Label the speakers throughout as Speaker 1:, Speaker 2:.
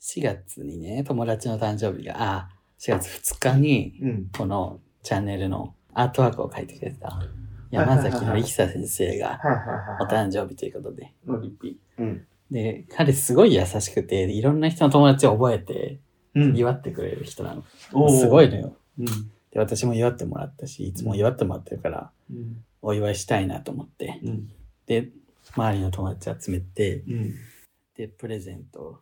Speaker 1: 4月にね、友達の誕生日が、あ、4月2日に、
Speaker 2: うん。
Speaker 1: このチャンネルのアートワークを書いてくれた、山崎の久先生が、
Speaker 2: はいはい
Speaker 1: お
Speaker 2: はい。
Speaker 1: 誕生日ということで、
Speaker 2: うん
Speaker 1: 一品
Speaker 2: うん。
Speaker 1: で、彼すごい優しくて、いろんな人の友達を覚えて、
Speaker 2: うん。
Speaker 1: 祝ってくれる人なの。
Speaker 2: おー
Speaker 1: すごい。のよ。
Speaker 2: うん。
Speaker 1: で、私も祝ってもらったし、いつも祝ってもらってるから、
Speaker 2: うん。
Speaker 1: お祝いしたいなと思って。
Speaker 2: うん。
Speaker 1: で、周りの友達集めて、
Speaker 2: うん。
Speaker 1: で、プレゼントを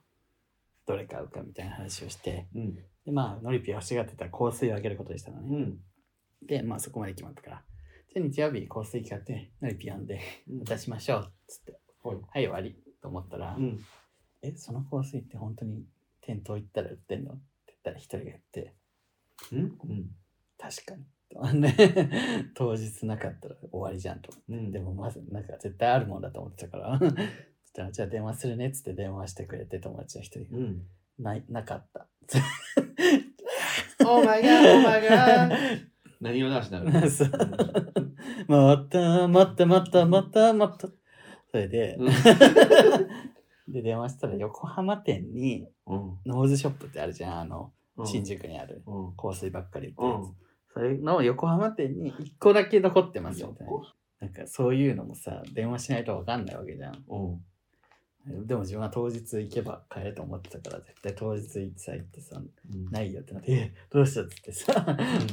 Speaker 1: どれ買うかみたいな話をして、
Speaker 2: うん。
Speaker 1: で、まあ、ノリピーは欲しがってた香水をあげることにしたの
Speaker 2: う
Speaker 1: ね。
Speaker 2: ん。
Speaker 1: で、まあ、そこまで決まったから。じゃあ日曜日香水買って、ノリピー呼んで、渡しましょう。つって、
Speaker 2: はい。
Speaker 1: はい、終わり。と思ったら、
Speaker 2: うん。
Speaker 1: え、その香水って本当に店頭行ったら売ってんのって言ったら一人が言って、
Speaker 2: うん。
Speaker 1: 確かにと。あのね 当日なかったら終わりじゃんと。
Speaker 2: うん。
Speaker 1: でもまず、なんか絶対あるもんだと思ってたから、 そしたらじゃあ電話するねっつって電話してくれて友達の一人
Speaker 2: う
Speaker 1: が、
Speaker 2: ん。
Speaker 1: ない、なかった。
Speaker 2: オーマイガー、オーマイガー。何をなしなの
Speaker 1: そう また、また、また、また、また。それで、
Speaker 2: うん
Speaker 1: で、電話したら横浜店に
Speaker 2: うん。
Speaker 1: ノーズショップってあるじゃん、あの、
Speaker 2: うん
Speaker 1: 新宿にある。
Speaker 2: うん。
Speaker 1: 香水ばっかり売
Speaker 2: う
Speaker 1: ってるやつ
Speaker 2: ん。
Speaker 1: それの横浜店に1個だけ残ってますよみたい
Speaker 2: 横
Speaker 1: ななんかそういうのもさ電話しないと分かんないわけじゃん
Speaker 2: うん。
Speaker 1: でも自分は当日行けば買えると思ってたから絶対当日行ってさ行ってさ
Speaker 2: うん
Speaker 1: ないよってなってえどうしたっつってさ
Speaker 2: ん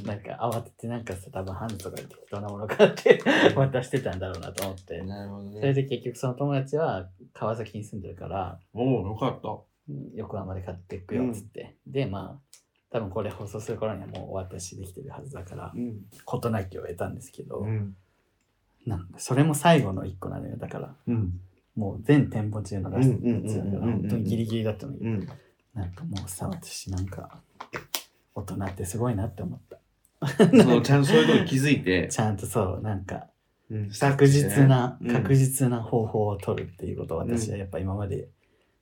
Speaker 1: なんか慌ててなんかさ多分ハンズとかで適当なもの買って渡してたんだろうなと思って
Speaker 2: なるほど
Speaker 1: それ
Speaker 2: ね。
Speaker 1: で結局その友達は川崎に住んでるから
Speaker 2: おお、よかった。
Speaker 1: うん横浜で買っていくよっつって、でまあ多分これ放送する頃にはもうお渡しできてるはずだから
Speaker 2: うん。
Speaker 1: 事なきを得たんですけど、
Speaker 2: うん。
Speaker 1: なんかそれも最後の一個なのよだから
Speaker 2: うん。
Speaker 1: もう全店舗中のラストのやつだか
Speaker 2: う
Speaker 1: ら
Speaker 2: んうんうんうんうんうん
Speaker 1: 本当にギリギリだったのに、
Speaker 2: うん。
Speaker 1: なんかもうさ私なんか大人ってすごいなって思った
Speaker 2: そのちゃんとそういうことに気づいて、
Speaker 1: ちゃんとそうなんか
Speaker 2: うん
Speaker 1: 確実な、
Speaker 2: うん
Speaker 1: 確実な方法を取るっていうことを私はやっぱ今まで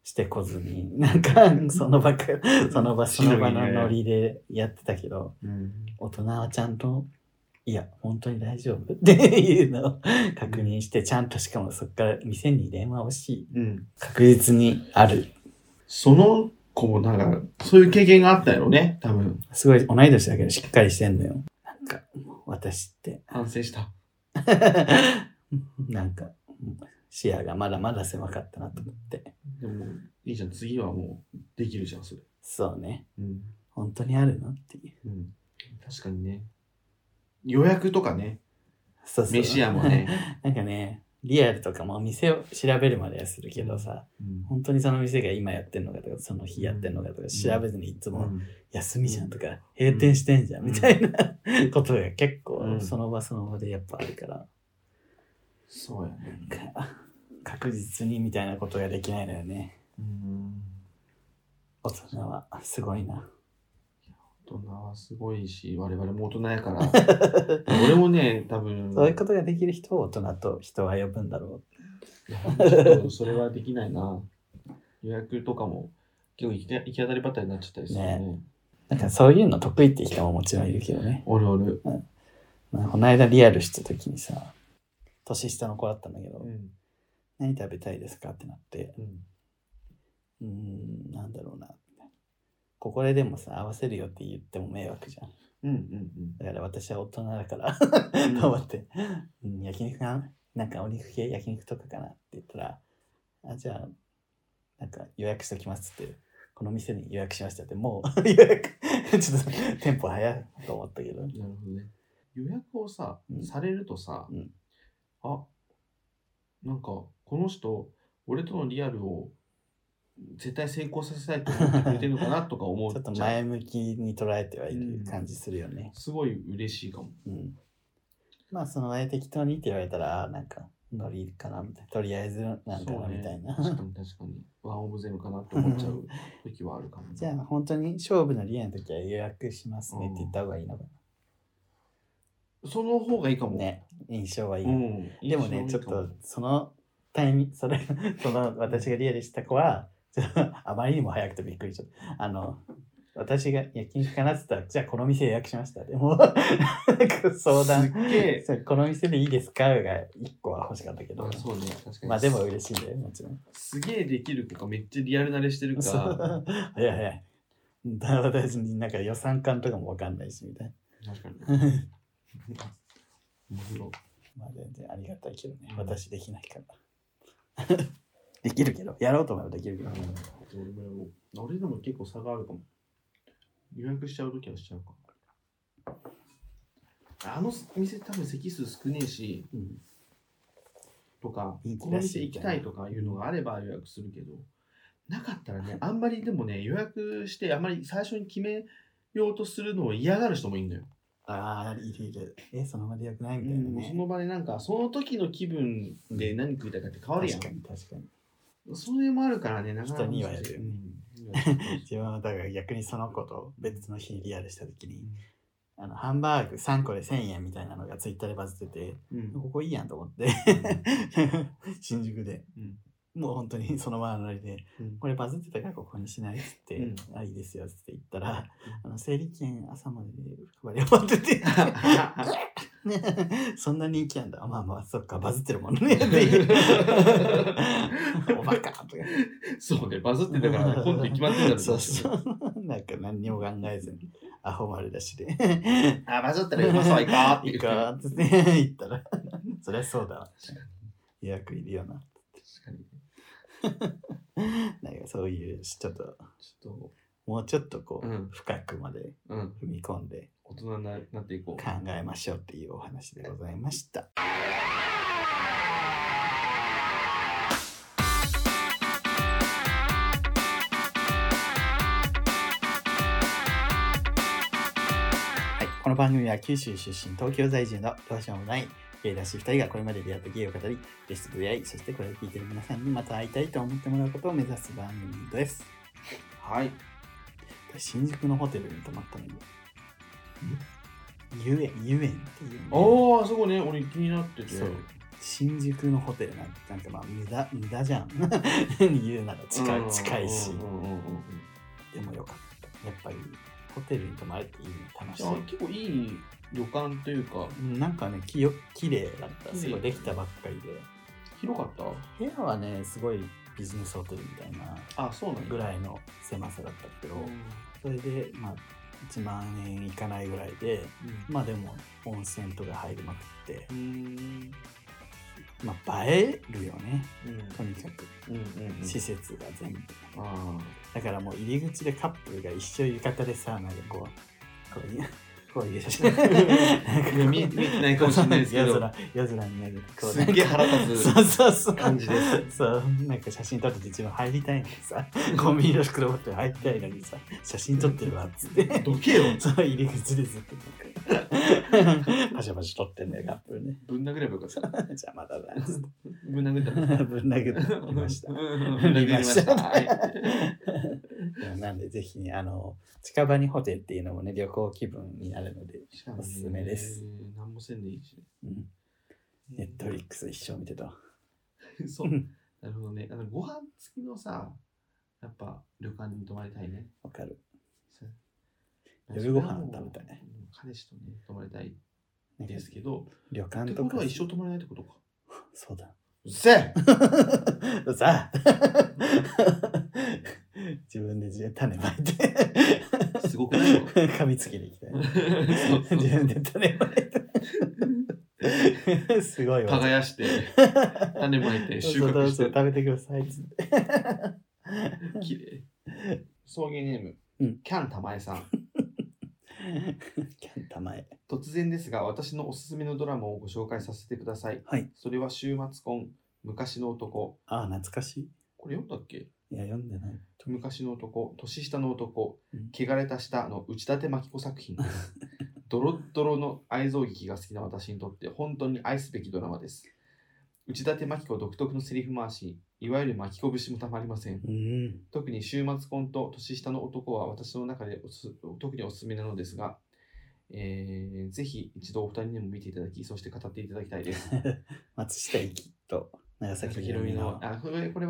Speaker 1: してこずに、 なんかその場かその場その場のノリでやってたけど、
Speaker 2: うん
Speaker 1: 大人はちゃんと、いや、本当に大丈夫っていうのを 確認して、ちゃんとしかもそこから店に電話をし、
Speaker 2: うん。
Speaker 1: 確実にある。
Speaker 2: その子もなんか、そういう経験があったよね、多分。
Speaker 1: すごい同い年だけどしっかりしてんのよ。なんか、私って、
Speaker 2: 反省した。
Speaker 1: なんか、視野がまだまだ狭かったなと思って。
Speaker 2: でも、いいじゃん、次はもう、できるじゃん、それ。
Speaker 1: そうね。
Speaker 2: うん。
Speaker 1: 本当にあるのっていう。
Speaker 2: うん。確かにね。予約とかね、
Speaker 1: そうそう。
Speaker 2: 飯屋も。ね。
Speaker 1: なんかね、リアルとかもお店を調べるまではするけどさ、
Speaker 2: うん
Speaker 1: 本当にその店が今やってんのかとか、その日やってんのかとか、調べずにいつも、休みじゃんとか、閉店してんじゃんみたいなことが結
Speaker 2: う
Speaker 1: 構
Speaker 2: ん
Speaker 1: その場その場でやっぱあるから、
Speaker 2: そうやね。
Speaker 1: なんか確実にみたいなことができないのよね。
Speaker 2: うん。
Speaker 1: 大人はすごいな。
Speaker 2: 大人はすごいし、我々も大人や から。俺もね、多分、
Speaker 1: そういうことができる人を大人と人は呼ぶんだろ
Speaker 2: いやちょっとそれはできないな。予約とかも、結構行き行き当たりばったりになっちゃったりするよね。
Speaker 1: う。なんかそういうの得意って人ももちろんいるけどね。
Speaker 2: おるおる。
Speaker 1: まあこの間リアルした時にさ、年下の子だったんだけど、
Speaker 2: ん。
Speaker 1: 何食べたいですかってなって、うー
Speaker 2: うん。
Speaker 1: ん、なんだろうな。ここででもさ、合わせるよって言っても迷惑じゃん。
Speaker 2: うんうん
Speaker 1: だから私は大人だから。
Speaker 2: うん。
Speaker 1: と思って、うん、焼肉かななんかお肉系焼肉とかかなって言ったら、あ、じゃあ、なんか予約しときますって、この店に予約しましたって、もう 予約、ちょっとテンポ早いと思ったけど、
Speaker 2: なるほどね。予約をさ、
Speaker 1: うん
Speaker 2: されるとさ、
Speaker 1: うん
Speaker 2: あなんかこの人、俺とのリアルを絶対成功させたいと思ってくれてるのかなとか思 っ
Speaker 1: ちょっと
Speaker 2: ちゃう。
Speaker 1: 前向きに捉えてはいる
Speaker 2: うん
Speaker 1: 感じするよね。
Speaker 2: すごい嬉しいかも。
Speaker 1: うん。まあ、その前適当にって言われたら、あ、なんか、ノリかなみたいな、とりあえずなんかなみたいな。
Speaker 2: そうね確かに確かに。ワンオブゼムかなって思っちゃう時はあるか も。
Speaker 1: じゃあ、本当に勝負のリアの時は予約しますねって言った方がいいのか
Speaker 2: その方がいいか
Speaker 1: な。
Speaker 2: も。
Speaker 1: ね、印象はいい。
Speaker 2: うん、
Speaker 1: でもね、
Speaker 2: 印
Speaker 1: ち
Speaker 2: 象
Speaker 1: ょっ
Speaker 2: いいかも
Speaker 1: と、そのタイミング、 それ、その、私がリアルした子は、ちょっとあまりにも早くてびっくりしちゃった。あの、私が焼肉かなって言ったら、じゃあこの店予約しました。で も、なんか相
Speaker 2: す
Speaker 1: 談
Speaker 2: っ。げえ
Speaker 1: そうこの店でいいですかが一個は欲しかったけど
Speaker 2: あ。そうね確かに
Speaker 1: まあでも嬉しいんだよ、もちろん。
Speaker 2: すげえできる子がめっちゃリアル慣れしてる
Speaker 1: そ
Speaker 2: か
Speaker 1: う。 いやいや。だから大事になんか予算感とかもわかんないし、みたい
Speaker 2: 確かに
Speaker 1: な。
Speaker 2: 面白い
Speaker 1: まあ全然ありがたいけどね。私できないから。 できるけど、やろうと思えばできるけど。
Speaker 2: 俺も俺でも結構差があるかも予約しちゃうときはしちゃうかあの店多分席数少ねえし
Speaker 1: うん
Speaker 2: とか
Speaker 1: 人
Speaker 2: こ
Speaker 1: 気
Speaker 2: の
Speaker 1: らし
Speaker 2: 店
Speaker 1: い
Speaker 2: 行
Speaker 1: みた
Speaker 2: き
Speaker 1: いな
Speaker 2: たいとかいうのがあれば予約するけどなかったらねあんまりでもね予約してあんまり最初に決めようとするのを嫌がる人もいるのよ、
Speaker 1: ああ、いるいる。え、その場でよくないみたいな
Speaker 2: うん、そ
Speaker 1: ね。
Speaker 2: の場でなんかその時の気分で何食いたいかって変わるや
Speaker 1: 確
Speaker 2: ん
Speaker 1: かに確かに。
Speaker 2: それもあるからね、なかなか
Speaker 1: 人にはやるよね
Speaker 2: 難し
Speaker 1: 自分はだから逆にその子と別の日リアルした時
Speaker 2: い
Speaker 1: に、あのハンバーグ3個で1000円みたいなのがツイッターでバズってて、
Speaker 2: うん うん
Speaker 1: ここいいやんと思って、新宿で、
Speaker 2: うん
Speaker 1: もう本当にその場のノリで、
Speaker 2: うん
Speaker 1: これバズってたからここにしないっつって、
Speaker 2: うん
Speaker 1: あ、いいですよっつって言ったら、あの整理券朝まで配り終わって て、そんな人気なんだ。あまあまあ、そっか、バズってるもんね。 おバカとか。
Speaker 2: そうね、バズってたから、ね、今度決まってんだろ
Speaker 1: そうそう。なんか何にも考えずに、アホ丸出しで。
Speaker 2: あ、バズったらうまそういこう
Speaker 1: い
Speaker 2: って言
Speaker 1: い
Speaker 2: っ
Speaker 1: かって言った ら、そりゃそうだわ。予約いるよな。
Speaker 2: 確かに。
Speaker 1: なんかそういう、ちょっと、
Speaker 2: ちょ
Speaker 1: もうちょっとこう、
Speaker 2: うん
Speaker 1: 深くまで
Speaker 2: っと、うん、
Speaker 1: 踏み込んで
Speaker 2: 大人にななっていこ
Speaker 1: 考
Speaker 2: う。
Speaker 1: えましょうっていうお話でございました。はい、この番組は九州出身東京在住のどうしようもない芸男子2人がこれまで出会った芸を語りゲスト出会いそしてこれを聞いてる皆さんにまた会いたいと思ってもらうことを目指す番組です
Speaker 2: はい。
Speaker 1: 新宿のホテルに泊まったのに遊園遊園っていうの
Speaker 2: おー、あそこね、俺気になってて。
Speaker 1: そう新宿のホテルなんてなんかまあ無駄無駄じゃん 言うなら近い近いし
Speaker 2: うんうんうんうんうん
Speaker 1: でもよかったやっぱりホテルに泊まるっていいね楽し
Speaker 2: じゃあ
Speaker 1: い
Speaker 2: 結構いい旅館というか、
Speaker 1: なんかねきよ綺麗だったすごい
Speaker 2: 綺麗
Speaker 1: できたばっかりで
Speaker 2: 広かっ
Speaker 1: 部屋はねすごいビジネスホテルみたいな
Speaker 2: たあ、そうなんだ。
Speaker 1: ぐらいの狭さだったけど
Speaker 2: うん
Speaker 1: それでまあ1万円いかないぐらいでまあでも温泉とか入りまくって
Speaker 2: う、ん。
Speaker 1: まあ、映えるよね
Speaker 2: うん。
Speaker 1: とにかく
Speaker 2: うん。うん。うん
Speaker 1: 施設が全部
Speaker 2: あ
Speaker 1: だからもう入り口でカップルが一緒浴衣でさ、なんかこう、こう いう、こういう写真。
Speaker 2: いや見え見えてないかもしれないですけど
Speaker 1: 夜空、夜空に投げて、こう
Speaker 2: すっげえ腹立つ
Speaker 1: そうそうそう。
Speaker 2: 感じです
Speaker 1: そう、なんか写真撮ってて自分入りたいのにさ、 コンビニの袋持って入りたいのにさ、写真撮ってるわっつって
Speaker 2: あ。。 どけよ。
Speaker 1: そう、入り口でずっとなんか、パシャパシャ撮ってんだよ、カップルね。
Speaker 2: ぶん殴ればよかった。
Speaker 1: 邪魔だな、つって。
Speaker 2: ぶん殴った。
Speaker 1: ぶん殴ってきました。
Speaker 2: 見ました。
Speaker 1: なんでぜひねあの近場にホテルっていうのもね旅行気分になるので、おすすめです。
Speaker 2: 何もせんでいいし
Speaker 1: う
Speaker 2: ね。
Speaker 1: ん、ネットフリックス一生見てた。
Speaker 2: そう。なるほどね。あのご飯付きのさ、やっぱ旅館に泊まりたいね。
Speaker 1: わかる。
Speaker 2: そう
Speaker 1: 夜ご飯食べたい。ね
Speaker 2: うん彼氏とね、泊まりたい
Speaker 1: なんか
Speaker 2: ですけど、
Speaker 1: 旅
Speaker 2: って
Speaker 1: 館と
Speaker 2: こ
Speaker 1: か
Speaker 2: とは一生泊まれないってことか。
Speaker 1: そうだ。
Speaker 2: うっせえ
Speaker 1: さあ 自分で自分で種まいて
Speaker 2: すごくない よ。
Speaker 1: 噛みつきに行きたい。
Speaker 2: そうそう
Speaker 1: 自分で種まいてすごいわ。
Speaker 2: 耕して、種まいて、収
Speaker 1: そうそ
Speaker 2: 穫
Speaker 1: う
Speaker 2: し
Speaker 1: そう
Speaker 2: て、
Speaker 1: 食べてくださいっつって。
Speaker 2: 綺麗。送迎ネーム、
Speaker 1: うん
Speaker 2: キャン玉江さん。
Speaker 1: キャン玉へ。
Speaker 2: 突然ですが、私のおすすめのドラマをご紹介させてください。
Speaker 1: はい。
Speaker 2: それは週末婚、昔の男。
Speaker 1: ああ、懐かしい。
Speaker 2: これ読んだっけ
Speaker 1: いや、読んでない。
Speaker 2: 昔の男、年下の男
Speaker 1: うん、
Speaker 2: 汚れた舌の内館真紀 子作品です。ドロッドロの愛憎劇が好きな私にとって本当に愛すべきドラマです。内館真紀子独特のセリフ回し、いわゆる真紀子節もたまりません。
Speaker 1: うん。
Speaker 2: 特に週末婚と年下の男は私の中でおす特におすすめなのですが、えーぜひ一度お二人にも見ていただき、そして語っていただきたいです。
Speaker 1: 松下由紀と長崎ひろみの。
Speaker 2: あ、これこれ
Speaker 1: すっ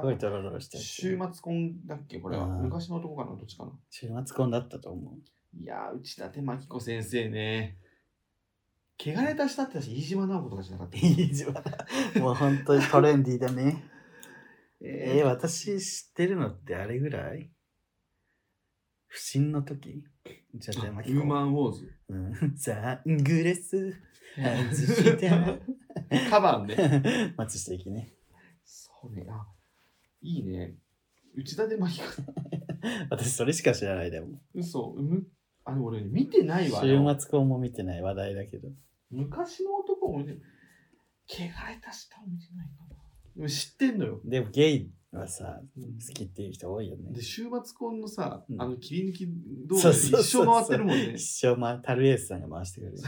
Speaker 1: ご、
Speaker 2: はい
Speaker 1: ドロドロしたやつ
Speaker 2: 週末婚だっけこれは。
Speaker 1: うん
Speaker 2: 昔の男かなどっちかな
Speaker 1: 週末婚だったと 思う。
Speaker 2: いやー、内館牧子先生ね。汚れた下って私、飯島直子とかじゃなかった。
Speaker 1: いいじわもう本当にトレンディーだね。え ー、
Speaker 2: えー、
Speaker 1: 私知ってるのってあれぐらい不審の時じゃあ、
Speaker 2: あ
Speaker 1: 巻
Speaker 2: ヒ
Speaker 1: き
Speaker 2: ューマンウォーズ。
Speaker 1: うん、サングラス 外して。
Speaker 2: カバンね。
Speaker 1: 松下駅ね。
Speaker 2: そうね、あ、いいね。内館牧子。
Speaker 1: 私それしか知らないでも。
Speaker 2: 嘘、うむ、あの俺、見てない
Speaker 1: 週
Speaker 2: わ。
Speaker 1: 末婚も見てない話題だけど。
Speaker 2: 昔の男も見て汚れた下を見てないかな。でも知ってんのよ。
Speaker 1: でもゲイはさ、
Speaker 2: うん
Speaker 1: 好きっていう人多いよね
Speaker 2: で、。週末婚のさ、
Speaker 1: うん
Speaker 2: あの切り抜き動画で一生回ってるもんね。
Speaker 1: 一生、まあ、タルエースさんが回してくれ る。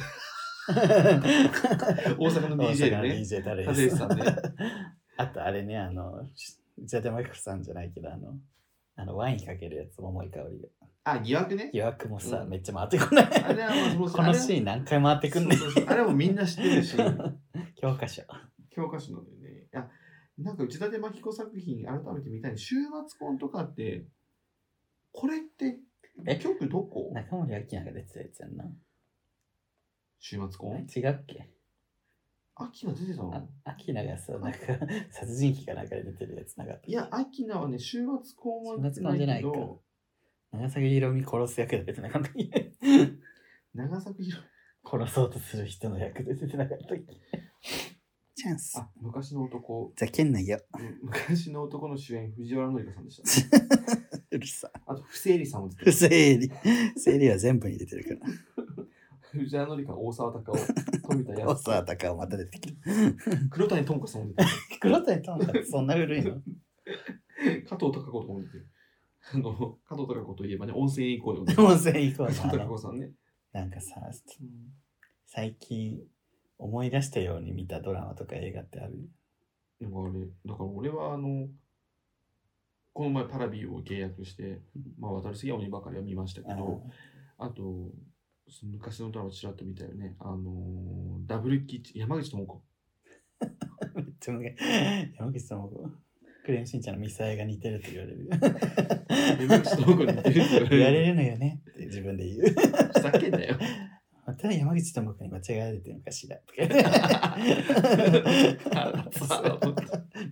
Speaker 2: 大阪の
Speaker 1: 大
Speaker 2: DJ
Speaker 1: 阪の
Speaker 2: ね。
Speaker 1: DJ タルエ
Speaker 2: タレ
Speaker 1: ー
Speaker 2: イ
Speaker 1: ス
Speaker 2: さんね。
Speaker 1: あとあれね、あの、内田真子さんじゃないけど、あの、あのワインかけるやつ、桃井香りが。
Speaker 2: あ、疑惑ね。
Speaker 1: 予約もさ、
Speaker 2: うん
Speaker 1: めっちゃ回ってこない。
Speaker 2: あれはまあそも そ
Speaker 1: こ
Speaker 2: もあ
Speaker 1: の
Speaker 2: れ
Speaker 1: シーン何回回ってくん
Speaker 2: そ
Speaker 1: ね
Speaker 2: うそうそうあれはもうみんな知ってるし、
Speaker 1: 教科書。
Speaker 2: 教科書なんだよね。あなんか内館真紀子作品改めて見たい。週末婚とかって、これって
Speaker 1: え、
Speaker 2: 曲どこ
Speaker 1: 中森明菜が出てたやつやんな。
Speaker 2: 週末婚
Speaker 1: 違うっけ
Speaker 2: 秋が出てた
Speaker 1: あ
Speaker 2: の
Speaker 1: 明菜がさ、なんか殺人鬼かなんかで出てるやつなかった。
Speaker 2: いや、、秋菜はね、週末婚は
Speaker 1: 週末婚じゃない
Speaker 2: け
Speaker 1: か
Speaker 2: ど、
Speaker 1: 長崎ひろみ殺す役で出てなかったっけ
Speaker 2: 長崎ひろ
Speaker 1: 殺そうとする人の役で出てなかったっけチャンス。
Speaker 2: あ、昔の男、
Speaker 1: ざけんないよ。
Speaker 2: うん 昔の男の主演、藤原紀香さんでした。
Speaker 1: うる さ。
Speaker 2: あと、不正理さんも出て
Speaker 1: 不
Speaker 2: る。
Speaker 1: 正理。生理は全部に出てるから。
Speaker 2: 藤原紀香、大沢たかお、富田
Speaker 1: お
Speaker 2: 康
Speaker 1: さ
Speaker 2: 子、
Speaker 1: たかまた出てきた。
Speaker 2: 黒谷友香さんも出てる。
Speaker 1: 黒谷友香ってそんな古い の
Speaker 2: 加藤貴子とかも出てる。あの、加藤貴子といえばね、温泉以降よね。
Speaker 1: 温泉行こ
Speaker 2: 加
Speaker 1: う
Speaker 2: 藤
Speaker 1: なあ
Speaker 2: 貴
Speaker 1: の
Speaker 2: 子さんね。
Speaker 1: なんかさ、最近思い出したように見たドラマとか映画ってある
Speaker 2: なんかあれ、だから俺はあの、この前パラビを契約して、まあ、渡る杉は鬼ばかりは見ましたけ
Speaker 1: あ
Speaker 2: ど、あと、その昔のドラマちらっと見たよね。あのー、ダブルキッチン、山口智子。
Speaker 1: めっちゃむか山口智子。クレヨンしんちゃんのミサイが似てるって言われ る。
Speaker 2: 山口智子に似てるっ て言われる
Speaker 1: 言われるのよねって自分で言う。
Speaker 2: ふざけん なよ。
Speaker 1: また山口智子に間違えられてるのかしらとか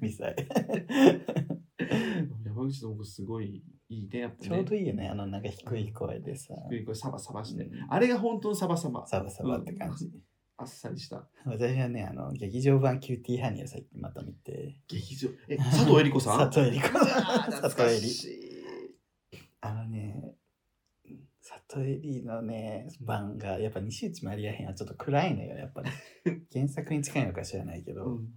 Speaker 1: ミサイ。
Speaker 2: 山口智子すごいいいね、やっぱね。
Speaker 1: ちょうどいいよね、あのなんか低い声でさ。
Speaker 2: 低い声サバサバして、あれが本当のサバサバ。
Speaker 1: サバサバって感じ。
Speaker 2: あっさりした。
Speaker 1: 私はね、あの、劇場版キューティーハニーを最近また見て。
Speaker 2: 劇場。え、佐藤恵理子さん
Speaker 1: 佐藤恵理子
Speaker 2: うわー
Speaker 1: 佐
Speaker 2: 懐
Speaker 1: 藤
Speaker 2: か
Speaker 1: 恵理
Speaker 2: しい。
Speaker 1: あのね、里エリのね、版が、やっぱ西内まりや編はちょっと暗いのよ、やっぱり。原作に近いのか知らないけど、
Speaker 2: うん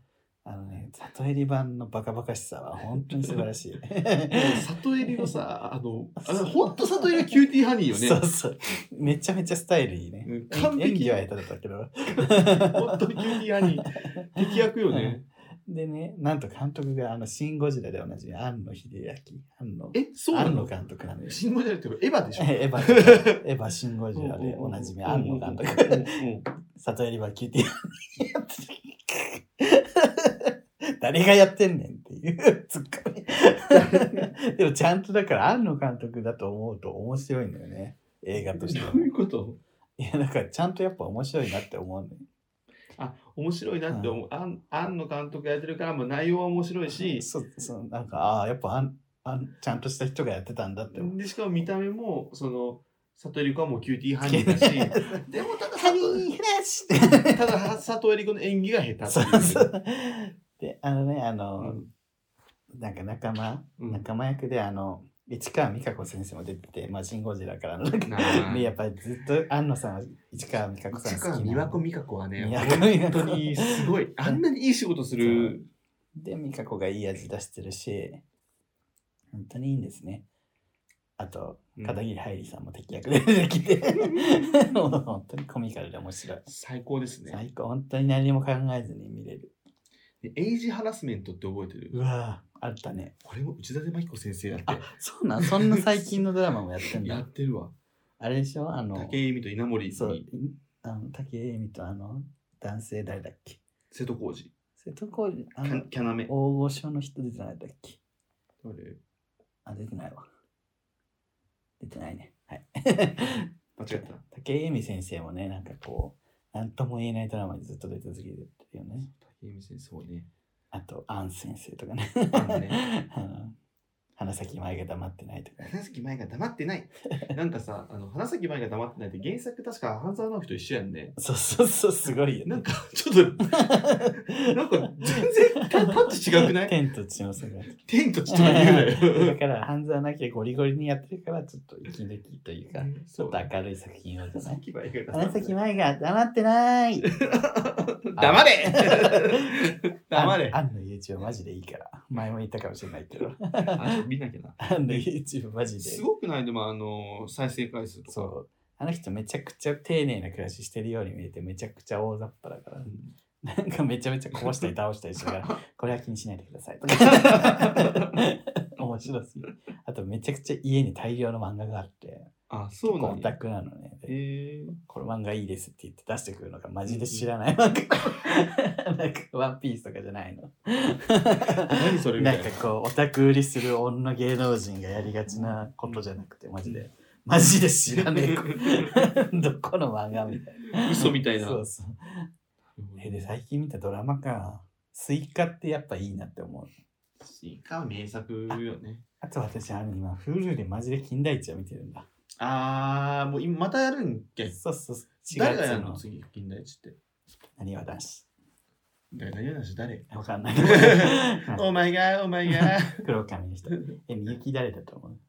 Speaker 1: あのね、里エリ版のバカバカしさは本当に素晴ら しい。
Speaker 2: 里襟のさ、あの、あのほんと里襟はキューティーハニーよね。
Speaker 1: そうそう。めちゃめちゃスタイルいいね。
Speaker 2: うん
Speaker 1: 演
Speaker 2: 完
Speaker 1: 演技
Speaker 2: 璧
Speaker 1: は下手だったけど。
Speaker 2: 本当にキューティーハニー。敵役よね。
Speaker 1: でね、なんと監督が、あの、シン・ゴジラでおなじみ、庵野秀明、庵野、
Speaker 2: え、そうな
Speaker 1: 庵野
Speaker 2: の
Speaker 1: 監督なのよ。
Speaker 2: 信号じゃなくてエヴァでしょ。
Speaker 1: エヴァ、エヴァ、シン・ゴジラでおなじみ、庵野監督。
Speaker 2: うん
Speaker 1: 里襟はキューティー 誰がやってんねんっていう ツッコミ。でもちゃんとだから庵野監督だと思うと面白いんだよね。映画
Speaker 2: ど
Speaker 1: と しても
Speaker 2: ういうこと
Speaker 1: いやだからちゃんとやっぱ面白いなって思うね。
Speaker 2: あ、面白いなって思う。あん、庵野監督がやってるから、まあ内容は面白いし、
Speaker 1: そそうなんかああやっぱあんあんちゃんとした人がやってたんだって思う。
Speaker 2: で、しかも見た目も、その、里襟子はもうキューティーハニーだし、でもただ
Speaker 1: ハ
Speaker 2: 里
Speaker 1: ニーフ
Speaker 2: 襟、
Speaker 1: ラッシュ
Speaker 2: ただ佐藤恵理子の演技が下手って
Speaker 1: そ
Speaker 2: いう
Speaker 1: うそう。であのねあの、
Speaker 2: うん
Speaker 1: なんか仲間
Speaker 2: うん
Speaker 1: 仲間役であの市川美香子先生も出てて、まあ、シン・ゴジラからのなんか
Speaker 2: なあ
Speaker 1: ね、やっぱりずっと安野さんは市川美香子さん好
Speaker 2: 市
Speaker 1: きな
Speaker 2: 川
Speaker 1: の
Speaker 2: 美和子美香子はね、
Speaker 1: 美和子美和
Speaker 2: 本
Speaker 1: 子
Speaker 2: 当にすごい。あんなにいい仕事する。
Speaker 1: で美香子がいい味出してるし本当にいいんですねあと
Speaker 2: うん
Speaker 1: 片桐はいりさんも敵役で出てきてもう本当にコミカルで面白い
Speaker 2: 最高ですね。
Speaker 1: 最高本当に何も考えずに見れる
Speaker 2: でエイジハラスメントって覚えてる
Speaker 1: うわぁあったね
Speaker 2: これも内田真紀子先生やって
Speaker 1: あそうなんそんな最近のドラマもやってん
Speaker 2: や
Speaker 1: だ
Speaker 2: ってるわ。
Speaker 1: あれでしょあの
Speaker 2: 竹井絵美と稲森
Speaker 1: そう
Speaker 2: に
Speaker 1: あの竹井絵美とあの男性誰だっけ
Speaker 2: 瀬戸康史。
Speaker 1: 瀬でどこあの
Speaker 2: キャナメ。
Speaker 1: 大御所の人出てないだっけ
Speaker 2: 誰
Speaker 1: あ、出てないわ。出てないね。はい。
Speaker 2: 間違った。
Speaker 1: 竹井絵美先生もね、なんかこう、なんとも言えないドラマにずっと出続けてるよね。
Speaker 2: 竹井美先生、そう ね。
Speaker 1: あと、アン先生とかね。
Speaker 2: アンね
Speaker 1: あの花咲前が黙ってないとか。
Speaker 2: 花咲舞が黙って ない。なんかさ、あの花咲舞が黙ってないって原作確か半沢直樹と一緒やんね。
Speaker 1: そうそうそう、すごいよね。
Speaker 2: なんかちょ っと、なんか全然パッと違 くない
Speaker 1: 天と地の差が。
Speaker 2: 天と地とか言うな
Speaker 1: だ
Speaker 2: よ。
Speaker 1: から、半沢直樹がゴリゴリにやってるから、ちょっと息抜きというか、ち
Speaker 2: そ
Speaker 1: ょ
Speaker 2: う
Speaker 1: っと明るい作品をじゃない。
Speaker 2: 花咲舞
Speaker 1: 花
Speaker 2: が黙って
Speaker 1: 咲前が黙ってない
Speaker 2: 黙れ黙れ
Speaker 1: アンアンの YouTube マジでいいから。前も言ったかもしれないけ ど。
Speaker 2: あ見なきゃな。
Speaker 1: アンの YouTube マジです
Speaker 2: ごくないでも、あの、再生回数とか。
Speaker 1: そう。 あの人めちゃくちゃ丁寧な暮らししてるように見えてめちゃくちゃ大雑把だから
Speaker 2: う。ん
Speaker 1: なんかめちゃめちゃこぼしたり倒したりしてる から、これは気にしないでください。面白すぎる。あとめちゃくちゃ家に大量の漫画があって、
Speaker 2: あ、そう
Speaker 1: 結
Speaker 2: なん
Speaker 1: 構オタ
Speaker 2: だ。
Speaker 1: クなのね。で
Speaker 2: えー
Speaker 1: これ漫画いいですって言って出してくるのがマジで知らない漫 画。なんかワンピースとかじゃないの。
Speaker 2: 何それみた
Speaker 1: ないん
Speaker 2: な
Speaker 1: かこうオタク売りする女芸能人がやりがちなことじゃなくてマジでマジで知らねえ どこの漫画みたいな
Speaker 2: 嘘みたいな
Speaker 1: そうそうえで最近見たドラマかスイカってやっぱいいなって思う
Speaker 2: スイカは名作よね。
Speaker 1: あと私あの今 Hulu でマジで金田一を見てるんだ
Speaker 2: あー、もう今またやるんけ。
Speaker 1: そうそうそう4
Speaker 2: 誰がや
Speaker 1: 月
Speaker 2: るの
Speaker 1: の
Speaker 2: 次、金田一って。
Speaker 1: 何は男子
Speaker 2: 誰がやるの誰
Speaker 1: わかん ない
Speaker 2: お前が、お前が。
Speaker 1: 黒髪の人えみゆき誰だと思う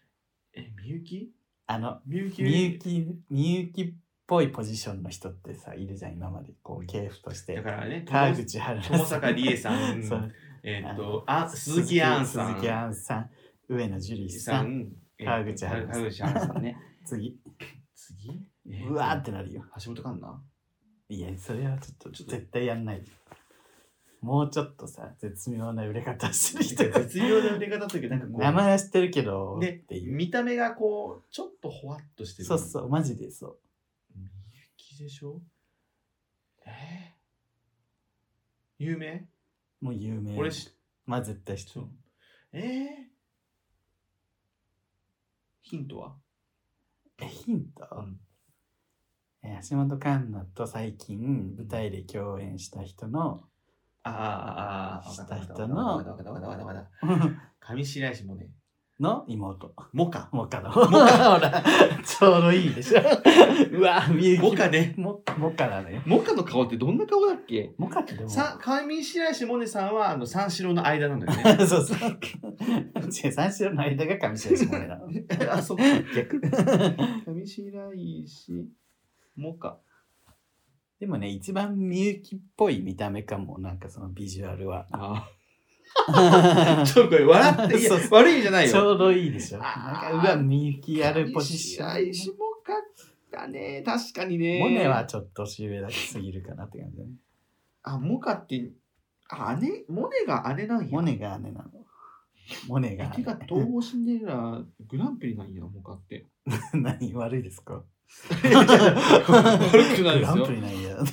Speaker 2: え、みゆき
Speaker 1: あの
Speaker 2: みゆき
Speaker 1: みゆきみゆきっぽいポジションの人ってさいるじゃん今までこう系譜として
Speaker 2: だからね、
Speaker 1: 川口春奈
Speaker 2: 友坂理恵さん
Speaker 1: そう
Speaker 2: えーっと、あ、鈴木杏さん。
Speaker 1: 鈴木杏さん、上野樹里さ
Speaker 2: さ
Speaker 1: ん、
Speaker 2: ん。えー
Speaker 1: 川口春奈
Speaker 2: 川口春奈さん ね。
Speaker 1: 次、
Speaker 2: 次えーっ
Speaker 1: う
Speaker 2: と
Speaker 1: わーってなるよ。
Speaker 2: 橋本環 奈
Speaker 1: いや、それはちょっと絶対やんないよ。もうちょっとさ、絶妙な売れ方してる 人が。
Speaker 2: 絶妙な売れ方だったけど、なんかこう
Speaker 1: 名前は知ってるけど、
Speaker 2: で
Speaker 1: っていう。
Speaker 2: 見た目がこう、ちょっとほわっとしてる。
Speaker 1: そうそう、マジでそう。
Speaker 2: みゆきでしょえー、有名、
Speaker 1: もう有名。
Speaker 2: 俺し
Speaker 1: まあ絶対知って
Speaker 2: そ
Speaker 1: る
Speaker 2: う。えー、ヒントは
Speaker 1: え、ヒント、
Speaker 2: ん
Speaker 1: え橋本環奈と最近舞台で共演した人 の、
Speaker 2: あーあー、あー
Speaker 1: した人
Speaker 2: わかった
Speaker 1: の
Speaker 2: わかったわかったわかったわかった上白石萌音。
Speaker 1: の妹。
Speaker 2: モ カ。
Speaker 1: モカだ。
Speaker 2: モ
Speaker 1: モカ
Speaker 2: カ
Speaker 1: だ。ちょうどいいでしょ。うわ、みゆき。
Speaker 2: モカね。
Speaker 1: モモカだね。
Speaker 2: モカの顔ってどんな顔だっけ
Speaker 1: モカってでも。
Speaker 2: さ上白石萌音さんはあの三四郎の間なんだよ ね。
Speaker 1: そうそう。違う、三四郎の間が上白石萌音なの。
Speaker 2: あ、そう か。逆。上白石萌歌。。
Speaker 1: でもね、一番みゆきっぽい見た目かも、なんかそのビジュアルは
Speaker 2: あ ちょっとこれ笑っていや
Speaker 1: そうそう
Speaker 2: 悪い意味じゃない
Speaker 1: ち
Speaker 2: よ。
Speaker 1: ょうどいいでしょ。なん
Speaker 2: あ
Speaker 1: か
Speaker 2: ー
Speaker 1: うわ、みゆきやるポジショ
Speaker 2: 上白石
Speaker 1: ン。
Speaker 2: 萌歌だね。確かにね。
Speaker 1: モネは。ちょっと年上だけすぎるかなって感じだね。
Speaker 2: あ、萌歌って、あ姉モネが姉なんや。
Speaker 1: モネが姉なの。モネ
Speaker 2: え
Speaker 1: が
Speaker 2: てか、東宝シンデレラグランプリなんや、モ カって。
Speaker 1: 何悪いですか
Speaker 2: いやいや悪くない
Speaker 1: グ
Speaker 2: で
Speaker 1: ラ
Speaker 2: す
Speaker 1: ン
Speaker 2: よ
Speaker 1: プ。リなんや。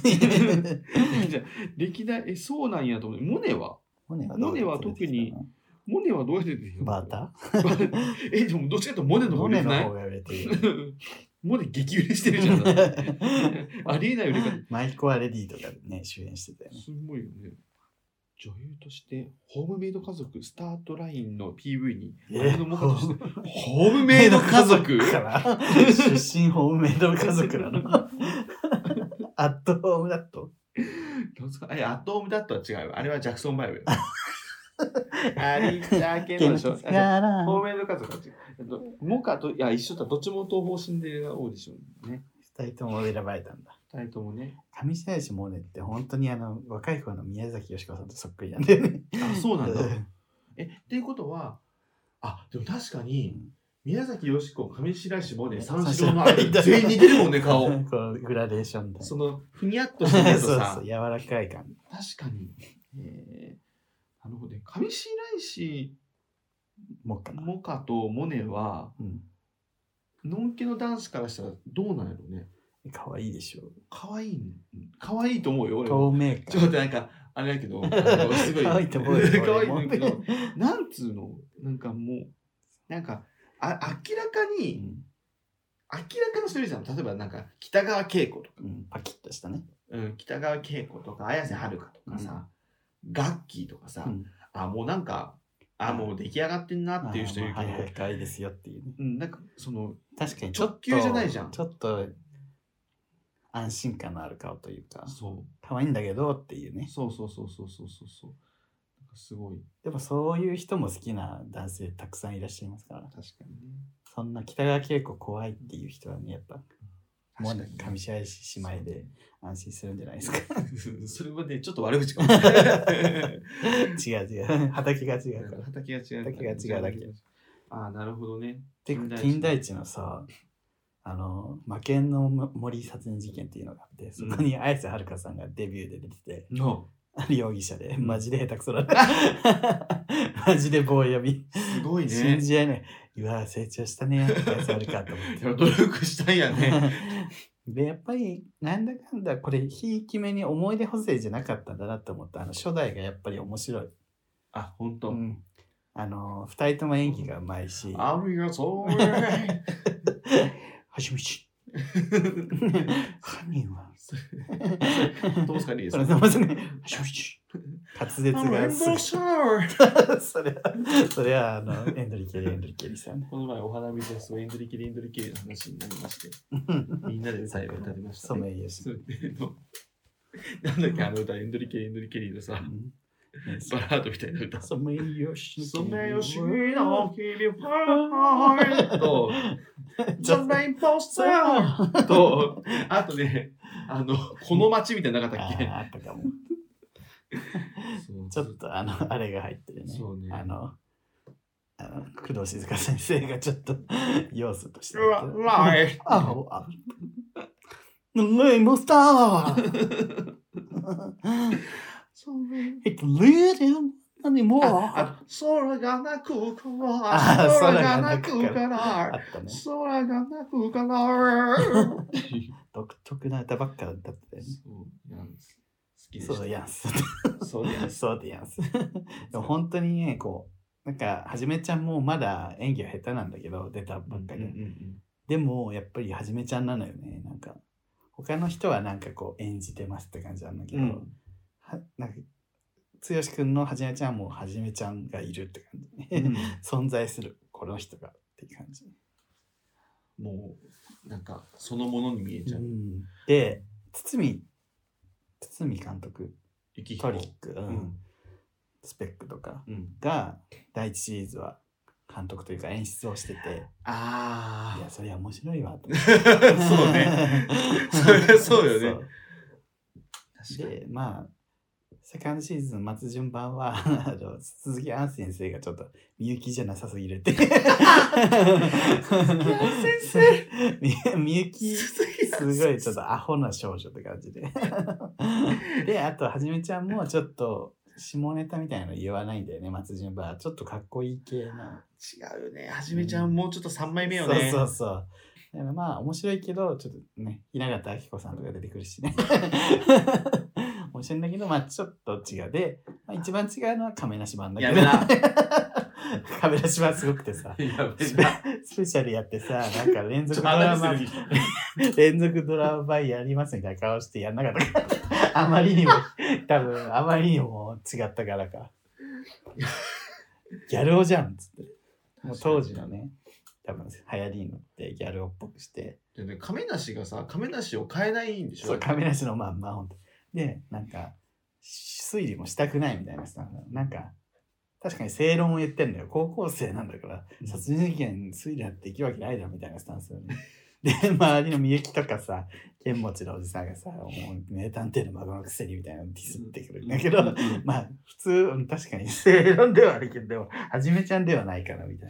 Speaker 2: じゃあ歴代、え、そうなんやと思う。モネは
Speaker 1: モネは
Speaker 2: モネは特にモネはどうやって出てきたの
Speaker 1: バータ
Speaker 2: え、でもどっちかというとモネの方
Speaker 1: モネ
Speaker 2: が良く
Speaker 1: の
Speaker 2: ない
Speaker 1: 方が売れてる。
Speaker 2: モネ激売れしてるじゃん。だ ってありえない売れ方。
Speaker 1: マイコアレディとかね、主演してたよね。
Speaker 2: すごいよね。女優として、ホームメイド家族、スタートラインの PV に、姉のモカとして、ホームメイド家族
Speaker 1: から出身ホームメイド家族なの。アットホームだと。
Speaker 2: なんすかえ、アットホームだったら違うよ。あれはジャクソンバイブよ。ありだけのでしょ。あそうホームメイド家族は違う。えっとモカと、いや、一緒だ。どっちも東方シンデレラオーディションね。
Speaker 1: 二人とも選ばれたんだ。
Speaker 2: 二人ともね。
Speaker 1: 上白石萌音って本当にあの若い頃の宮崎美子さんとそっくりなんだよね。
Speaker 2: あ、そうなんだ。え、っていうことは、あ、でも確かに、宮崎美子、上白石萌音、三四郎 の間、全員似てるもんね、顔。
Speaker 1: こうグラデーションだ。
Speaker 2: その、ふにゃっと
Speaker 1: う
Speaker 2: してると
Speaker 1: そう
Speaker 2: さ
Speaker 1: そう、、柔らかい感じ。
Speaker 2: 確かに。えー、なるほどね。上白石
Speaker 1: もっかな。
Speaker 2: 萌歌と萌音は、
Speaker 1: うん。
Speaker 2: のんけの男子からしたらどうなんやろうね。
Speaker 1: 可愛いでしょ。
Speaker 2: 可愛いい、可愛いと思うよ、俺は。
Speaker 1: 透明
Speaker 2: ち
Speaker 1: 感
Speaker 2: ょっとなんか、あれだ けど、あのすごい。
Speaker 1: 可愛いと思うよ
Speaker 2: 可愛
Speaker 1: 俺
Speaker 2: い
Speaker 1: も
Speaker 2: んだけど、なんつうのなんかもう、なんか、あ明らか
Speaker 1: う
Speaker 2: に、
Speaker 1: ん
Speaker 2: 明らかな人いるじゃん。例えばなんか、北川景子とか、
Speaker 1: うん、パキッとしたね。
Speaker 2: うん、北川景子とか、綾瀬はるかとかさ、ガッキーとかさ、
Speaker 1: うん
Speaker 2: あ、もうなんか、あ、もう出来上がってんなっていう人いる
Speaker 1: あーま
Speaker 2: け
Speaker 1: あはいは
Speaker 2: ど
Speaker 1: い、可愛いですよっていうね。
Speaker 2: うん、なんか、その、
Speaker 1: 確かにちょっ
Speaker 2: 直
Speaker 1: と
Speaker 2: 球じゃないじゃん
Speaker 1: ちょっと安心感のある顔というか
Speaker 2: そ
Speaker 1: 可愛いんだけどっていう
Speaker 2: う、
Speaker 1: ね
Speaker 2: そうそうそうそうそうそうそう。なんかすごい、
Speaker 1: でもそういう人も好きな男性たくさんいらっしゃいますから
Speaker 2: 確かにね。
Speaker 1: そんな北川景子怖いっていう人はねやっぱもう
Speaker 2: 確かにね
Speaker 1: 上白石姉妹で安心するんじゃないですか
Speaker 2: それはね、ちょっと悪口かもしれない。
Speaker 1: 違う違う畑が違うから
Speaker 2: 畑が違う。
Speaker 1: 畑が違うだけ。
Speaker 2: ああ、なるほどね。
Speaker 1: て
Speaker 2: 金田一
Speaker 1: 金田一のさあの魔剣の森殺人事件っていうのがあってそこに綾瀬はるかさんがデビューで出てて、
Speaker 2: の、
Speaker 1: 容疑者で、
Speaker 2: ん
Speaker 1: マジで下手くそだ。 マジで棒読み。
Speaker 2: すごい
Speaker 1: 信
Speaker 2: ね。
Speaker 1: じ合えない。うわ、成長したね。やつあるかと
Speaker 2: いや
Speaker 1: 思っ
Speaker 2: 努力したんやね。
Speaker 1: て。 で、やっぱり、なんだかんだ、これ、ひいき目に思い出補正じゃなかったんだなと思った。あの、初代がやっぱり面白い。
Speaker 2: あ、ほん
Speaker 1: う
Speaker 2: と。
Speaker 1: ん。あの、二人とも演技がうまいし、は
Speaker 2: ありがと う。
Speaker 1: しみ ち。犯人は。
Speaker 2: どうすかね
Speaker 1: それ、そもそもね、はしみち。滑舌がすごい。それは、それは、あの、エンドリケリ、エンドリケリさん。
Speaker 2: この前お花見でそうエンドリキリエンドリキリの話になりま して、みんなで歌えば歌ってました
Speaker 1: ソ
Speaker 2: ね。
Speaker 1: メイヨシ
Speaker 2: そうそうなんだっけ、あの歌、エンドリキリエンドリキリのさ、バラードみたいな歌。
Speaker 1: ソメイヨシ
Speaker 2: ソメイヨシの君はーいと、ジョン・レイン・ポスターと、あとね、あの、この街みたいなのなかったっけ
Speaker 1: ああったかも。
Speaker 2: そう
Speaker 1: ちょっとあの、あれが入ってるね。
Speaker 2: そうね
Speaker 1: あの、あの工藤静香先生がちょっと要素として入ってる。
Speaker 2: ララ イ
Speaker 1: ああ、 あレインボースター
Speaker 2: そうね
Speaker 1: !It little anymore!
Speaker 2: ああ空が泣くから
Speaker 1: あ
Speaker 2: 空が泣くか
Speaker 1: あ
Speaker 2: ら
Speaker 1: ったね。
Speaker 2: 空が泣くから
Speaker 1: 独特な歌ばっかだったよね。
Speaker 2: そうやんす好きで
Speaker 1: そうだ
Speaker 2: し
Speaker 1: やんす。
Speaker 2: たそうやん す
Speaker 1: そうでやんす。でも本当にね、こう、なんか、はじめちゃんもまだ演技は下手なんだけど、出たばっかりで。
Speaker 2: うんうんうん
Speaker 1: でも、やっぱりはじめちゃんなのよね。なんか、他の人はなんかこう、演じてますって感じなんだけど、
Speaker 2: うん
Speaker 1: はなんか、剛くんのはじめちゃんはもうはじめちゃんがいるって感じ。存在する、この人がっていう感じ。
Speaker 2: もうなんかそのものに見えちゃう
Speaker 1: うんで、堤、堤監督、
Speaker 2: 雪
Speaker 1: トリック、う
Speaker 2: うんん
Speaker 1: スペックとか
Speaker 2: うん
Speaker 1: が、第一シリーズは監督というか演出をしてて、
Speaker 2: あ
Speaker 1: い
Speaker 2: あ
Speaker 1: や、それは面白いわと思って。
Speaker 2: そう ねそりゃそうよね
Speaker 1: そう。で、まあ、セカンドシーズン待つ順番は、 あの鈴木杏先生がちょっと、みゆきじゃなさすぎるって。鈴木
Speaker 2: 先
Speaker 1: 生みゆき、す
Speaker 2: 鈴木杏
Speaker 1: ごいちょっとアホな少女って感じ で。で、あと、はじめちゃんもちょっと、下ネタみたいなの言わないんだよね、松順番は。ちょっとかっこいい系な。
Speaker 2: 違うよねはじめちゃんもうちょっと三枚目よね
Speaker 1: そうそうそう。だからまあ面白いけど、ちょっとね、雛形明子さんとか出てくる しね。面白いんだけど、まあちょっと違う。で、まあ、一番違うのは亀梨版だけ
Speaker 2: や
Speaker 1: ど。
Speaker 2: めな
Speaker 1: 亀梨版すごくてさ。
Speaker 2: やべ
Speaker 1: スペ
Speaker 2: な
Speaker 1: スペシャルやってさ、なんか連
Speaker 2: ちょ
Speaker 1: 続
Speaker 2: っと
Speaker 1: ドラマ
Speaker 2: 話、する
Speaker 1: 連続ドラマやりますみたいな顔してやんなかったから。あ まりにも、多分、あまりにも違ったからか。ギャル男じゃんっつって。もう当時のね、多分流行りのってギャル男っぽくして、
Speaker 2: でね亀梨がさ亀梨を変えないんでしょ
Speaker 1: そう、亀梨のまんま、ほんと。で、なんか、推理もしたくないみたいな人なんだなんか、確かに正論を言ってんだよ。高校生なんだから、
Speaker 2: うん
Speaker 1: 殺人事件推理なんてできるわけないだろみたいなスタンスだよね。で、周りのみゆきとかさ、剣持ちのおじさんがさ、もう名探偵の孫のくせにみたいなのディスってくるんだけど、
Speaker 2: うん
Speaker 1: まあ、普通、うん確かに正論ではあるけど、でも、はじめちゃんではないからみたい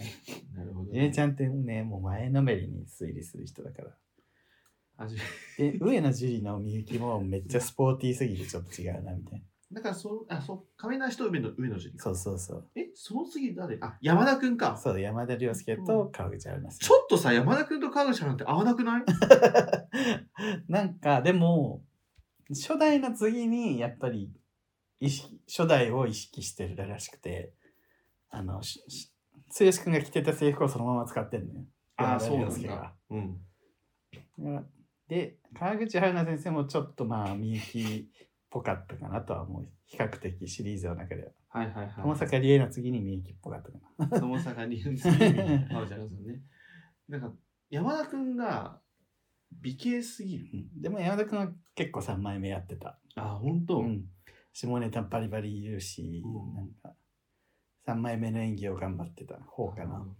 Speaker 1: な。
Speaker 2: なるほど
Speaker 1: ゆえち
Speaker 2: ゃ
Speaker 1: ゃ
Speaker 2: ん
Speaker 1: んってね、もう前のめりに推理する人だから。
Speaker 2: はじめ
Speaker 1: で、上野樹里のみゆきもめっちゃスポーティーすぎてちょっと違うな、みたいな。
Speaker 2: だからそうあそう亀梨と上野上野樹里
Speaker 1: そうそうそう。
Speaker 2: えその次誰あ山田くんか
Speaker 1: そう、山田涼介と川口春奈
Speaker 2: ち
Speaker 1: さん。
Speaker 2: ょっとさ山田くんと川口さんなんて合わなくない
Speaker 1: なんか、でも、初代の次にやっぱり意識初代を意識してるらしくてあのしし剛君が着てた制服をそのまま使ってんのよ。
Speaker 2: あ
Speaker 1: 山
Speaker 2: あ、
Speaker 1: 田
Speaker 2: そうな
Speaker 1: 涼
Speaker 2: ん
Speaker 1: 介
Speaker 2: だ
Speaker 1: が。
Speaker 2: うん。
Speaker 1: で川口春奈先生もちょっとまあみゆきっぽかったかなとは思う比較的シリーズの中では
Speaker 2: はいはいはい。
Speaker 1: 友坂理恵の次にみゆきっぽかったかな。
Speaker 2: 友坂理恵さんね。あじゃあそうね。なんか、山田くんが美形すぎる。
Speaker 1: うんでも山田君は結構3枚目やってた。
Speaker 2: あ、本当。
Speaker 1: うん下ネタバリバリ言うし、
Speaker 2: うん
Speaker 1: なんか3枚目の演技を頑張ってた方かな。
Speaker 2: うん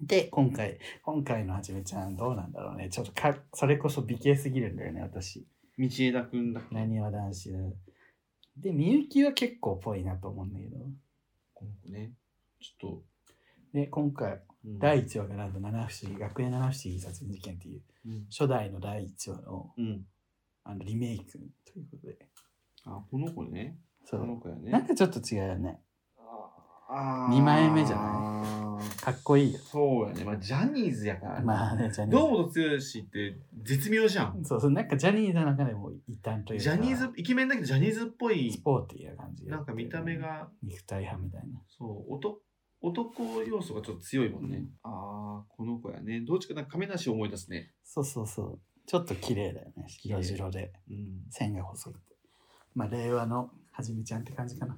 Speaker 1: で今回今回のはじめちゃんどうなんだろうねちょっとかそれこそ美形すぎるんだよね私
Speaker 2: 道枝くんだ。
Speaker 1: なにわ男子だでみゆきは結構ぽいなと思うんだけど
Speaker 2: この子ね。ちょっと。
Speaker 1: で今回
Speaker 2: うん
Speaker 1: 第1話がなんと七不思議学園七不思議殺人事件っていう
Speaker 2: うん。
Speaker 1: 初代の第1話の
Speaker 2: うん。
Speaker 1: あのリメイクということで
Speaker 2: あ、この子ね。
Speaker 1: そ
Speaker 2: こ
Speaker 1: う
Speaker 2: の子やね。
Speaker 1: なんかちょっと違うよね
Speaker 2: あ
Speaker 1: 二枚目じゃ
Speaker 2: ない
Speaker 1: かっこいいよ
Speaker 2: そうやね。まあ、ジャニーズやからね。
Speaker 1: まあねジャニー
Speaker 2: 堂本剛って絶妙じゃん。
Speaker 1: ズそうそうなんかジャニーズの中でも異端というか
Speaker 2: ジャニーズ、イケメンだけどジャニーズっぽ
Speaker 1: ス
Speaker 2: い、
Speaker 1: ポーティーな感じで
Speaker 2: なんか見た目が、
Speaker 1: 肉体派みたいな
Speaker 2: そう、男男要素がちょっと強いもんね。
Speaker 1: うん
Speaker 2: ああ、この子やね。どっちかなんか亀梨を思い出すね。
Speaker 1: そうそうそうちょっと綺麗だよね
Speaker 2: 麗
Speaker 1: 色白で
Speaker 2: うん。
Speaker 1: 線が細くてまあ令和のはじめちゃんって感じかな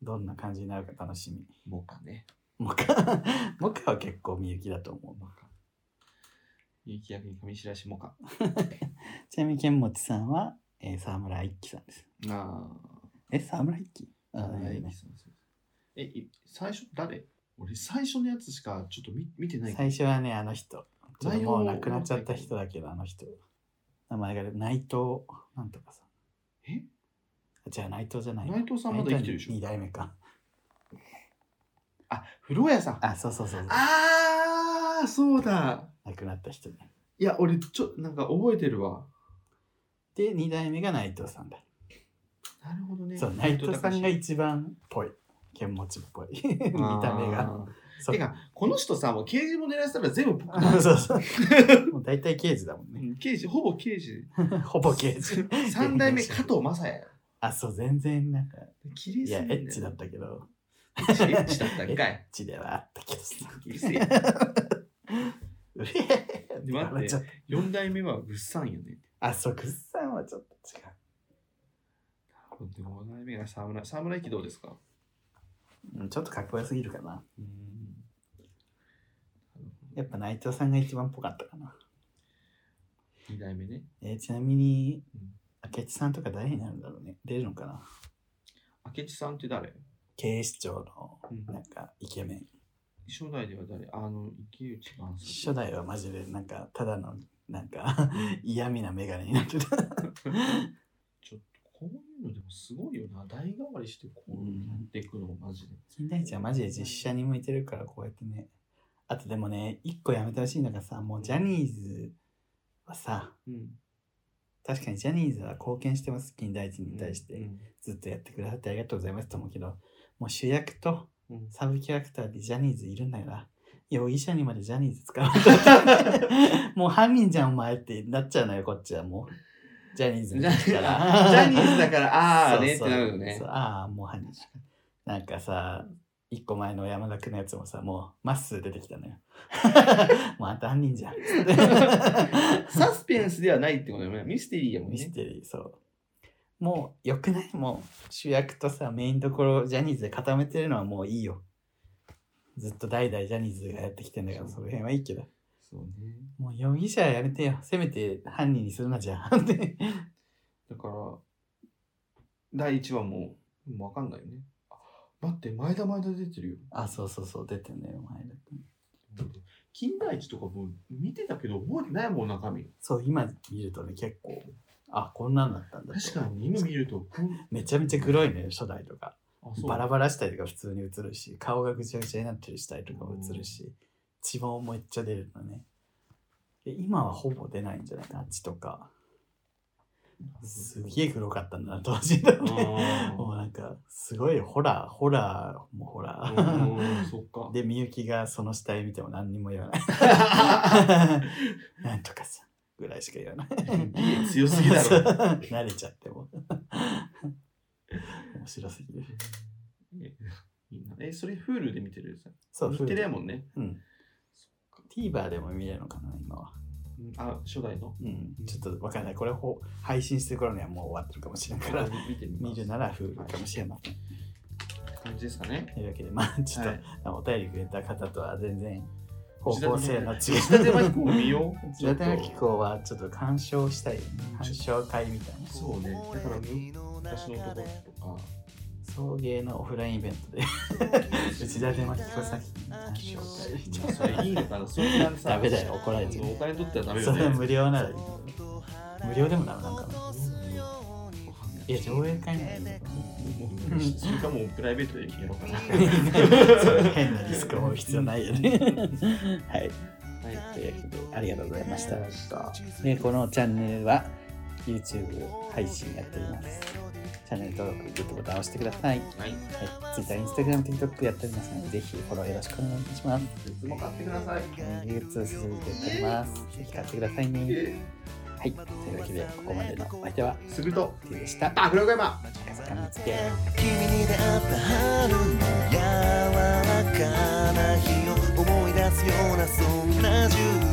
Speaker 1: どんな感じになるか楽しみ
Speaker 2: モカね。
Speaker 1: モカ モカは結構みゆきだと思う
Speaker 2: モカ。雪役に上白石モカ。
Speaker 1: ちなみに剣持さんは、えー、沢村一樹さんです
Speaker 2: あ
Speaker 1: え沢村一樹
Speaker 2: あ。
Speaker 1: あーいいね
Speaker 2: え、い最初誰俺最初のやつしかちょっと見見てない
Speaker 1: 最初はねあの人ちょっともう亡くなっちゃった人
Speaker 2: だ。
Speaker 1: だけどあの人名前が内藤なんとかさん
Speaker 2: え
Speaker 1: あじゃあ内藤じゃない
Speaker 2: 内藤さんまだ生きてるでしょ
Speaker 1: 2代目か
Speaker 2: あ、風呂屋さん。
Speaker 1: あそうそうそう
Speaker 2: ああ、そうだ。
Speaker 1: 亡くなった人ね
Speaker 2: いや、俺ちょ、なんか覚えてるわ。
Speaker 1: で2代目が内藤さんだ
Speaker 2: なるほどね。
Speaker 1: そう内藤さんが
Speaker 2: い
Speaker 1: 一番っぽい剣持ちっぽい 見た目が。そう
Speaker 2: てか、この人さ、もう刑事も狙ったら全 部、
Speaker 1: そうそう もう大体刑事だもん
Speaker 2: う
Speaker 1: ね
Speaker 2: ん刑事、ほぼ刑事。
Speaker 1: ほぼ刑 事
Speaker 2: 三代目、加藤正也。
Speaker 1: あそう全然なんか
Speaker 2: 綺麗
Speaker 1: い
Speaker 2: すぎ
Speaker 1: やエ
Speaker 2: んだよ
Speaker 1: ッチだったけど
Speaker 2: エッチエッチだったん かい。
Speaker 1: チではあったけど さ
Speaker 2: うるせえ
Speaker 1: うえー
Speaker 2: で待って
Speaker 1: ちょっと
Speaker 2: 四代目はぐっさんよね。
Speaker 1: あそうグッさんはちょっと違う
Speaker 2: で五代目が沢村。沢村駅どうですか
Speaker 1: うんちょっとかっこよすぎるかな。
Speaker 2: うん。
Speaker 1: やっぱ内藤さんが一番っぽかったかな。
Speaker 2: 二代目ね。
Speaker 1: えーちなみに
Speaker 2: うん、
Speaker 1: 明智さんとか誰になるんだろうね。出るのかな
Speaker 2: 明智さんって誰
Speaker 1: 警視庁の
Speaker 2: うん
Speaker 1: なんかイケメン。
Speaker 2: 初代では誰あの、池内が。
Speaker 1: 初代はマジでなんかただのなん か嫌味なメガネになってた。
Speaker 2: ちょっとこういうのでもすごいよな。代替わりしてこうやっていくの、マジで。
Speaker 1: 金田一はマジで実写に向いてるからこうやってね。あとでもね、一個やめてほしいのがさ、もうジャニーズはさ、
Speaker 2: うん。
Speaker 1: 確かにジャニーズは貢献してます、金田一に対して。
Speaker 2: うん
Speaker 1: ずっとやってくださってありがとうございますと思うけど、もう主役と
Speaker 2: うん
Speaker 1: サブキャラクターでジャニーズいるんだから、容疑者にまでジャニーズ使われた。 もう犯人じゃんお前ってなっちゃうのよ、こっちはもう。ジャニーズ
Speaker 2: ジ
Speaker 1: の
Speaker 2: ャ
Speaker 1: 時から。
Speaker 2: ニ ーズだから、ああねってなるよね
Speaker 1: そう。そうああ、もう犯人じゃん。なんかさ、一個前の山田君のやつもさ、もうまっすー出てきたのよ。 もうあんた犯人じゃん。
Speaker 2: サスペンスではないってことだよね。ミステリーやもん
Speaker 1: ミ
Speaker 2: ね
Speaker 1: ス。テリー、そう。もう良くないもう主役とさ、メインどころジャニーズで固めてるのはもういいよ。ずっと代々ジャニーズがやってきてんだから、
Speaker 2: そう
Speaker 1: その辺はいいけど。
Speaker 2: そうね。
Speaker 1: もう容疑者はやめてよ。せめて犯人にするなじゃ ん。って
Speaker 2: だから、第1話も、もうわかんないよね。あ待って、前田前田出てるよ。
Speaker 1: あ、そうそうそう、出てんだよ、前田君。
Speaker 2: 金田一とかもう見てたけど覚えてないもん中身
Speaker 1: そう、今見るとね、結構、あ、こんなんだったんだと
Speaker 2: 確かに今見るとこん
Speaker 1: めちゃめちゃ黒いね、初代とか。
Speaker 2: あそう
Speaker 1: バラバラしたりとか普通に映るし、顔がぐちゃぐちゃになってるしたりとかも映るし、血もめっちゃ出るのね。で今はほぼ出ないんじゃないかな、血とか。すげえ黒かったんだな、当時だね。
Speaker 2: あー
Speaker 1: もうなんか、すごいホラー、ホラー、もうホラー。
Speaker 2: うんそっ か。
Speaker 1: で、みゆきがその死体見ても何にも言わない。 なんとかさ、ぐらいしか言わない。
Speaker 2: いいえ強すぎだろ。
Speaker 1: 慣れちゃっても。面白すぎる。
Speaker 2: えいいな え、それ Hulu で見てるや
Speaker 1: そう、
Speaker 2: つ日テレや
Speaker 1: Hulu
Speaker 2: もんね。
Speaker 1: うん。TVer でも見れるのかな、今は。
Speaker 2: うんあ、初代の。
Speaker 1: うん。ちょっとわかんない。これほ配信してる頃にはもう終わってるかもしれん から、
Speaker 2: 見てみま
Speaker 1: 見
Speaker 2: す。
Speaker 1: るなら Hulu かもしれません。
Speaker 2: 感じですかね。
Speaker 1: というわけで、まあ、ちょっと、
Speaker 2: はい
Speaker 1: お便りくれた方とは全然方向性の違う。
Speaker 2: 内田 手巻子を見よう。
Speaker 1: 内田手巻子はちょっと鑑賞したい。鑑賞会みたいな。
Speaker 2: そうね。だから昔のとことか。
Speaker 1: 送迎のオフラインイベントで内田手巻子作品の鑑賞会みたいな。
Speaker 2: それいいのかなそんなさ
Speaker 1: ダメだよ怒られちゃう
Speaker 2: お金取ったらダ メ
Speaker 1: そ
Speaker 2: よ
Speaker 1: れは
Speaker 2: ね。
Speaker 1: 無料ならいいけど無料でもダメなんかな
Speaker 2: え
Speaker 1: いや上映会ならいいのか
Speaker 2: それかもうプライベートでやろうかな。
Speaker 1: な そう変なリスクを負う必要ないよねはい
Speaker 2: はい。
Speaker 1: というわけでありがとうございました
Speaker 2: ました。
Speaker 1: でこのチャンネルは YouTube 配信やっていますチャンネル登録グッドボタンを押してください、
Speaker 2: はい。
Speaker 1: はい、Twitter、Instagram、TikTok やっておりますのでぜひフォローよろしくお願いします
Speaker 2: いつも買ってください。
Speaker 1: 流通続いてやっておりますぜひ買ってくださいね
Speaker 2: え
Speaker 1: はいというわけでここまでのお相手は
Speaker 2: ーすると、
Speaker 1: T でした
Speaker 2: あ、黒山。
Speaker 1: 赤坂見つけ
Speaker 3: 君に出会った春の柔らかな日を思い出すようなそんな10